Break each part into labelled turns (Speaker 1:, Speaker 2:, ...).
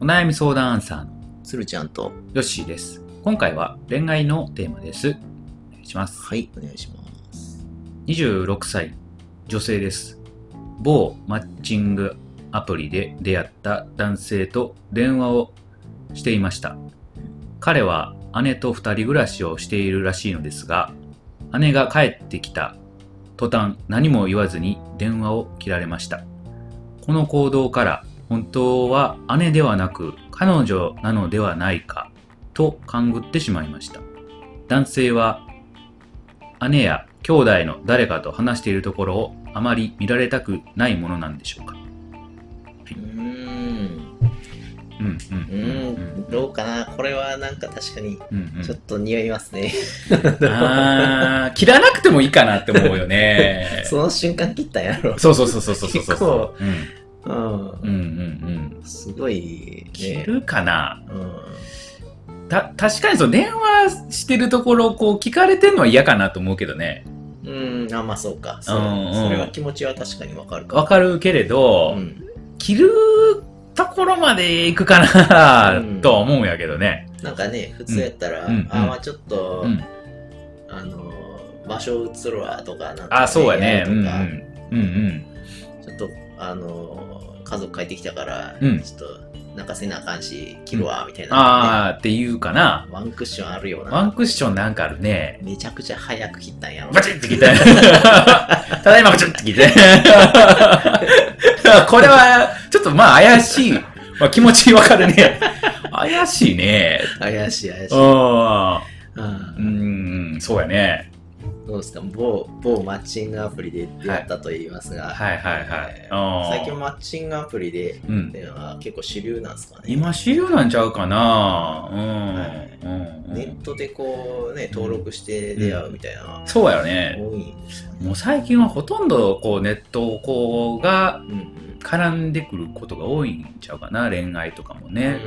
Speaker 1: 悩み相談アンサーの
Speaker 2: 鶴ちゃんと。
Speaker 1: ヨッシーです。今回は恋愛のテーマです。お願いします。
Speaker 2: はい、お願いします。
Speaker 1: 26歳、女性です。某マッチングアプリで出会った男性と電話をしていました。彼は姉と二人暮らしをしているらしいのですが、姉が帰ってきた途端何も言わずに電話を切られました。この行動から本当は姉ではなく彼女なのではないかと勘ぐってしまいました。男性は姉や兄弟の誰かと話しているところをあまり見られたくないものなんでしょうか。
Speaker 2: うーん。
Speaker 1: うんう
Speaker 2: う
Speaker 1: ん
Speaker 2: ー
Speaker 1: うん
Speaker 2: ん、どうかな。これはなんか確かに、
Speaker 1: うんうん
Speaker 2: ちょっと匂いますね。。
Speaker 1: あー切らなくてもいいかなって思うよね
Speaker 2: その瞬間切ったんやろ。
Speaker 1: そうそうそうそうそうそう
Speaker 2: 結構
Speaker 1: うん
Speaker 2: う。
Speaker 1: うんんうんうん。
Speaker 2: すごい
Speaker 1: 切
Speaker 2: ね。
Speaker 1: るかな
Speaker 2: うん。
Speaker 1: た確かにその電話してるところをこう聞かれてるのは嫌かなと思うけどね。
Speaker 2: うん、あ、まあそうか。そう
Speaker 1: うんうん
Speaker 2: それは気持ちは確かにわかるか。
Speaker 1: わかるけれど、
Speaker 2: うん。
Speaker 1: 切るところまで行くかな
Speaker 2: うん
Speaker 1: とは思うんやけどね。
Speaker 2: なんかね、普通やったら、
Speaker 1: うんうん
Speaker 2: あ、まあちょっと、
Speaker 1: うん。
Speaker 2: あのー、場所移るわとか、なんかね、
Speaker 1: あ、そうやね。
Speaker 2: る
Speaker 1: うんうん
Speaker 2: とか、。
Speaker 1: うんうん。
Speaker 2: ちょっと、あのー、家族帰ってきたから、
Speaker 1: うん
Speaker 2: ちょっと、泣かせなあかんし、切るわ、みたいな、
Speaker 1: あーっていうかな。
Speaker 2: ワンクッションあるよう
Speaker 1: ワン
Speaker 2: な。
Speaker 1: クッションなんかあるね。
Speaker 2: めちゃくちゃ早く切ったんやろ。
Speaker 1: バチッってきて。 ただいまバチッってきて。これは、ちょっとまあ怪しい。まあ気持ちわかるね。怪しいね。
Speaker 2: 怪しい、怪しい。
Speaker 1: あ
Speaker 2: う
Speaker 1: ーうんん、そうやね。
Speaker 2: どうですか某、某マッチングアプリで出会ったと言いますが、
Speaker 1: はいはいはい
Speaker 2: え。
Speaker 1: あ
Speaker 2: ー
Speaker 1: ー
Speaker 2: 最近マッチングアプリで、
Speaker 1: うん
Speaker 2: っていうのは結構主流なんですかね。
Speaker 1: 今主流なんちゃうかな。うん
Speaker 2: はい
Speaker 1: うんう
Speaker 2: ネ
Speaker 1: ん。
Speaker 2: ットでこうね、登録して出会うみたいなのが
Speaker 1: そうやね。
Speaker 2: 多いんですよね。
Speaker 1: もう最近はほとんどこうネットこうが
Speaker 2: うんうん
Speaker 1: 絡んでくることが多いんちゃうかな恋愛とかも
Speaker 2: う
Speaker 1: ね、
Speaker 2: ん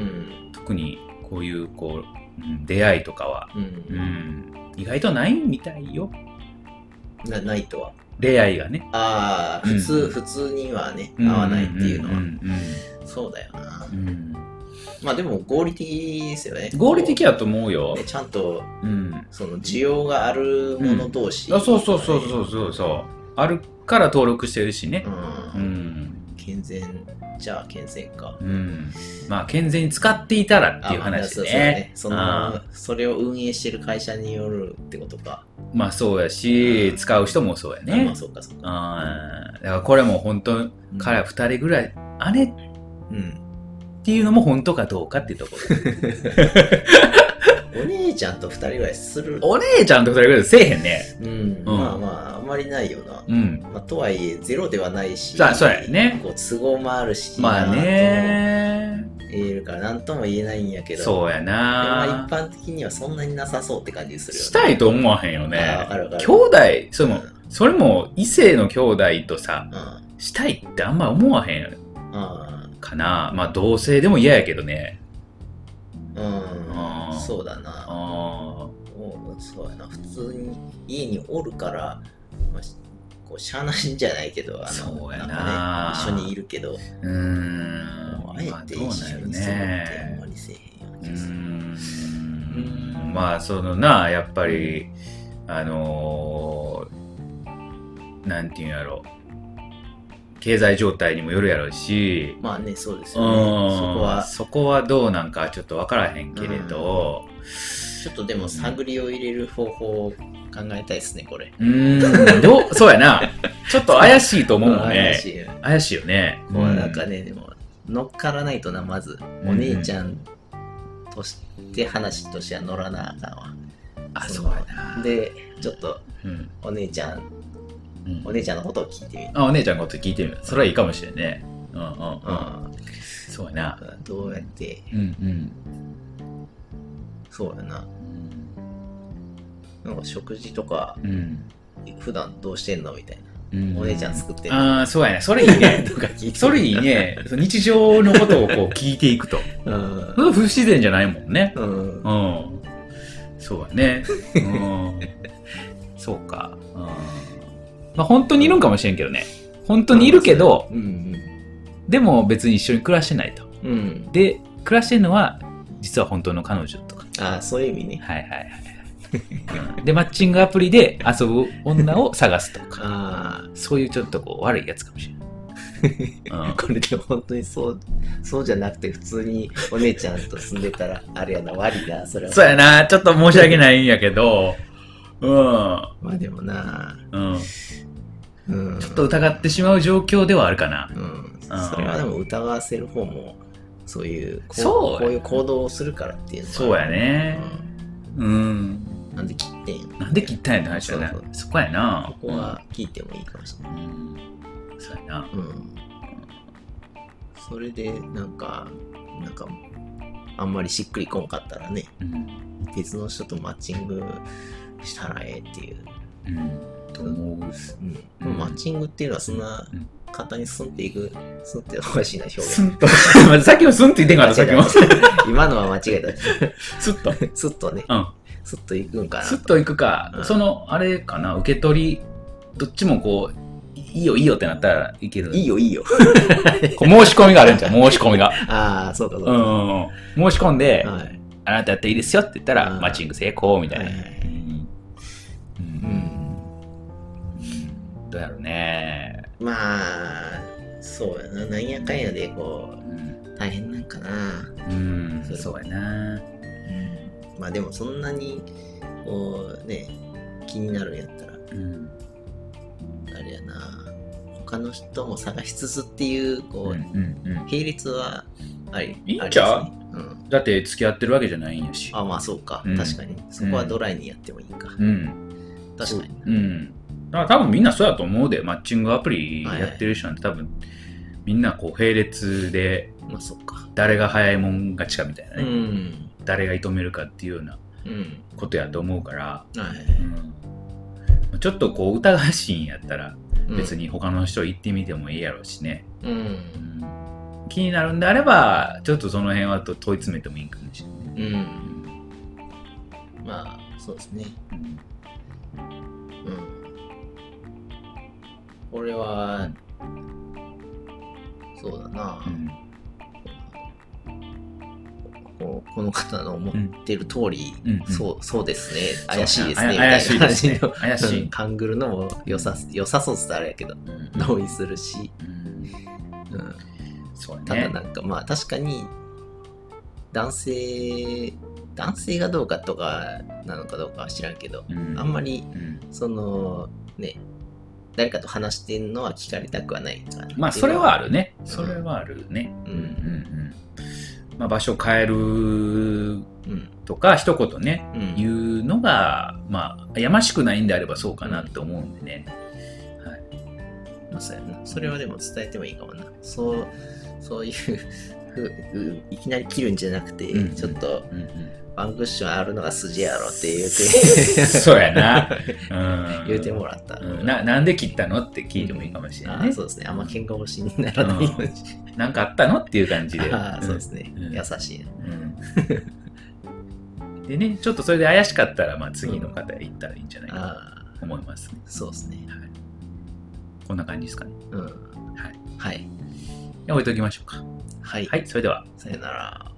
Speaker 1: 特にこういうこううん出会いとかは、
Speaker 2: う
Speaker 1: うんん、意外とないみたいよ
Speaker 2: なないとは。
Speaker 1: 出会いがね
Speaker 2: ああ、普通、
Speaker 1: うん
Speaker 2: 普通にはね、合わないっていうのは、
Speaker 1: ん
Speaker 2: そうだよな
Speaker 1: うん。うん
Speaker 2: まあでも合理的ですよね。
Speaker 1: 合理的やと思う
Speaker 2: こ
Speaker 1: よ
Speaker 2: う、ね、ちゃんと、
Speaker 1: うん、
Speaker 2: その需要があるもの同士、
Speaker 1: あそうそうそうそうそうそうあるから登録してるしね
Speaker 2: うん。
Speaker 1: うん、
Speaker 2: 健全じゃあ健全か。
Speaker 1: うん、まあ健全に使っていたらっていう
Speaker 2: あまあ
Speaker 1: 話
Speaker 2: そうそう
Speaker 1: ね
Speaker 2: ね。そ
Speaker 1: あ
Speaker 2: のそれを運営してる会社によるってことか。
Speaker 1: まあそうやし、
Speaker 2: うん
Speaker 1: 使う人もそうや
Speaker 2: あま
Speaker 1: ね
Speaker 2: あそうかそうか。
Speaker 1: あーだからこれも本当に
Speaker 2: うん
Speaker 1: 彼は2人ぐらい姉っ
Speaker 2: うん。
Speaker 1: ていうのも本当かどうかっていうところ
Speaker 2: お姉ちゃんと二人ぐらいする。
Speaker 1: お姉ちゃんと2人ぐらいせえへんね
Speaker 2: うん。まあまあ、あんまりないよな。
Speaker 1: うん
Speaker 2: まあ、とはいえ、ゼロではないし、
Speaker 1: さあそうやね
Speaker 2: こう都合もあるし、
Speaker 1: まあね
Speaker 2: なんとも言えるから、なんとも言えないんやけど、
Speaker 1: そうや
Speaker 2: でもまあ
Speaker 1: な
Speaker 2: 一般的にはそんなになさそうって感じするよね。
Speaker 1: したいと思わへんよ
Speaker 2: あわ
Speaker 1: ね
Speaker 2: かるわかる
Speaker 1: 兄弟それもそれも異性の兄弟とさ
Speaker 2: うん。あ
Speaker 1: したいってあんま思わへん
Speaker 2: あ
Speaker 1: かなまあ同性でも嫌やけどね
Speaker 2: うん
Speaker 1: あー
Speaker 2: そうだな。
Speaker 1: あ
Speaker 2: もうそうやな。普通に家におるから、まあしこうしゃあないんじゃないけど、あの
Speaker 1: そうやなん
Speaker 2: かね、一緒にいるけど、
Speaker 1: ーうーん
Speaker 2: もうあえ
Speaker 1: まあ
Speaker 2: て
Speaker 1: どう
Speaker 2: 一
Speaker 1: なんや
Speaker 2: 緒
Speaker 1: ろ
Speaker 2: にするってあん
Speaker 1: ね
Speaker 2: まりせえへんよう
Speaker 1: う
Speaker 2: な気がす
Speaker 1: ー
Speaker 2: る。
Speaker 1: んまあそのなやっぱりあのーなんていうんやろ経済状態にもよるやろうし、
Speaker 2: まあね、そうです
Speaker 1: う
Speaker 2: よね。
Speaker 1: ん
Speaker 2: そこは
Speaker 1: そこはどうなんかちょっと分からへんけれど
Speaker 2: ちょっとでも探りを入れる方法を考えたいですね、これ。
Speaker 1: うーんどうそうやなちょっと怪しいと思うもん
Speaker 2: 怪
Speaker 1: ね
Speaker 2: しいよ
Speaker 1: 怪しいよね
Speaker 2: こうなんかね、でも、乗っからないとな、まず、お姉ちゃんとして話としては乗らなあかん
Speaker 1: あ
Speaker 2: そ
Speaker 1: そう
Speaker 2: の
Speaker 1: やな
Speaker 2: わ。で、ちょっと
Speaker 1: うん
Speaker 2: お姉ちゃん、
Speaker 1: うん
Speaker 2: お姉ちゃんのことを聞いてみる。
Speaker 1: あお姉ちゃんのこと聞いてみるそれはいいかもしれんねうんうんうん
Speaker 2: うん
Speaker 1: そうやな
Speaker 2: どうやって、
Speaker 1: うんうん
Speaker 2: そうやな。なんか食事とか、
Speaker 1: うん
Speaker 2: 普段どうしてんのみたいな。
Speaker 1: うん
Speaker 2: お姉ちゃん作ってんの
Speaker 1: ああそうやねそれいいね
Speaker 2: とか聞いてみる
Speaker 1: それいい。ねその日常のことをこう聞いていくと
Speaker 2: うん
Speaker 1: そ。れ不自然じゃないもんね
Speaker 2: うん
Speaker 1: うんそうやねうんそうかうんまあ本当にいるんかもしれんけどね本当にいるけど
Speaker 2: うん
Speaker 1: でも別に一緒に暮らしてないと
Speaker 2: うん。うん。
Speaker 1: で暮らしてるのは実は本当の彼女とか
Speaker 2: ああ、そういう意味ね。
Speaker 1: はいはいはいうんでマッチングアプリで遊ぶ女を探すとか
Speaker 2: あ
Speaker 1: そういうちょっとこう悪いやつかもしれない、う
Speaker 2: あ、
Speaker 1: ん
Speaker 2: これでも本当にそう、そうじゃなくて、普通にお姉ちゃんと住んでたら、あれやな、悪いな、それ は。
Speaker 1: そうやなちょっと申し訳ないんやけどうん、
Speaker 2: まあでもな、
Speaker 1: うん、
Speaker 2: うん。
Speaker 1: ちょっと疑ってしまう状況ではあるかな
Speaker 2: うん、それはでも疑わせる方もそういうこ
Speaker 1: そう
Speaker 2: こういう行動をするからっていうのは
Speaker 1: そうやねうん
Speaker 2: うんなんで切ってんの
Speaker 1: なんで切ったんやって話だね
Speaker 2: そう
Speaker 1: そこやな
Speaker 2: ここは聞いてもいいかもしれない、
Speaker 1: うんそうやな
Speaker 2: うん、それでなんかなんかあんまりしっくりこんかったらね
Speaker 1: うん、
Speaker 2: 別の人とマッチングしたらええっていう、
Speaker 1: うん、と思う
Speaker 2: うんでもマッチングっていうのはそんな簡単に進んでいく進んでほしいな表
Speaker 1: ス
Speaker 2: 現
Speaker 1: ンと まずさっきもスンって言ってんかったさっきも
Speaker 2: 今のは間違えた
Speaker 1: ス ッと
Speaker 2: スッとね
Speaker 1: うん
Speaker 2: スッといくんかな
Speaker 1: スッといくか、
Speaker 2: うん
Speaker 1: そのあれかな受け取りどっちもこういいよいいよってなったらいける
Speaker 2: いいよいいよ。
Speaker 1: こう申し込みがあるんじ ゃん申し込みが
Speaker 2: ああ、そうかそう
Speaker 1: う
Speaker 2: か。
Speaker 1: んうんうん申し込んで、
Speaker 2: はい。
Speaker 1: あなたやっていいですよって言ったら、
Speaker 2: うん
Speaker 1: マッチング成功みたいな、
Speaker 2: はいはいはい
Speaker 1: うんう
Speaker 2: うんん。
Speaker 1: どうやろうね、
Speaker 2: まあ、そうやな。なんやかんやで、こ
Speaker 1: うん
Speaker 2: う、大変なんかな。
Speaker 1: うん
Speaker 2: そう
Speaker 1: そうやな
Speaker 2: まあでも、そんなに、こう、ね、気になるんやったら、
Speaker 1: うん
Speaker 2: あれやな。他の人も探しつつっていう、
Speaker 1: うんう
Speaker 2: こう、
Speaker 1: んうん
Speaker 2: 並列は、あり。
Speaker 1: いいんちゃう
Speaker 2: ありですねうん。
Speaker 1: だって付き合ってるわけじゃないんやし
Speaker 2: あ、まあそうか。
Speaker 1: うん
Speaker 2: 確かに。そこはドライにやってもいいか。
Speaker 1: うん
Speaker 2: 確かに。
Speaker 1: うんだから多分みんなそうやと思うでマッチングアプリやってる人なんて多分みんなこう並列で
Speaker 2: まあそうか。
Speaker 1: 誰が早いもん勝ちかみたいな
Speaker 2: う
Speaker 1: ね、
Speaker 2: ん。
Speaker 1: 誰が射止めるかっていうような
Speaker 2: うん。
Speaker 1: ことやと思うから、
Speaker 2: はい。
Speaker 1: うんちょっとこう疑わしいんやったら
Speaker 2: うん
Speaker 1: 別。に他の人行ってみてもいいやろうしね、
Speaker 2: う。
Speaker 1: うんん気になるんであればちょっとその辺はと問い詰めてもいいかもしれない、
Speaker 2: うん。まあそうですね
Speaker 1: うん
Speaker 2: うん俺は、そうだな、
Speaker 1: うん
Speaker 2: こうこの方の思ってる通り、
Speaker 1: うんうん
Speaker 2: そうそうですね怪しいですね
Speaker 1: あ怪しいですね
Speaker 2: みたいな
Speaker 1: 怪
Speaker 2: 感じ
Speaker 1: し
Speaker 2: のうん
Speaker 1: い、
Speaker 2: カングルのも良さ良さそうっつったらあれやけど同意するし、
Speaker 1: うん
Speaker 2: うん、
Speaker 1: そう
Speaker 2: ただ
Speaker 1: ね
Speaker 2: なんか、まあ確かに男性男性がどうかとかなのかどうかは知らんけどあんまり
Speaker 1: り、うん
Speaker 2: そのね誰かと話してんのは聞かれたくはないかな
Speaker 1: まあそれはあ
Speaker 2: る
Speaker 1: るねそれはあるね、
Speaker 2: うん
Speaker 1: うんうんうんまあ、場所変える
Speaker 2: うん
Speaker 1: とか一言ね
Speaker 2: うん
Speaker 1: いうのが、まあ、やましくないんであればそうかなと思うんでね。
Speaker 2: まあそうやなそれはでも伝えてもいいかもなそうそういうふういきなり切るんじゃなくて、
Speaker 1: うん
Speaker 2: ちょっと
Speaker 1: うん
Speaker 2: ワンクッションあるのが筋やろって言う
Speaker 1: う
Speaker 2: て
Speaker 1: ん、 そうやな。うん、
Speaker 2: 言うてもらった、
Speaker 1: うんな。なんで切ったのって聞いてもいいかもしれ
Speaker 2: あ
Speaker 1: ないね
Speaker 2: ー。そうですねあんま喧嘩腰にならないように、
Speaker 1: なんかあったのっていう感じで。
Speaker 2: ああそうですね、
Speaker 1: うん
Speaker 2: 優しいな
Speaker 1: うんでね、ちょっとそれで怪しかったら、まあ、次の方へ行ったらいいんじゃないか
Speaker 2: ああ
Speaker 1: と思いますね。
Speaker 2: そうですね
Speaker 1: はい、こんな感じですかね。
Speaker 2: うん
Speaker 1: はい
Speaker 2: はい
Speaker 1: じゃあ置いときましょうか。
Speaker 2: はい、
Speaker 1: はい、それでは。
Speaker 2: さよなら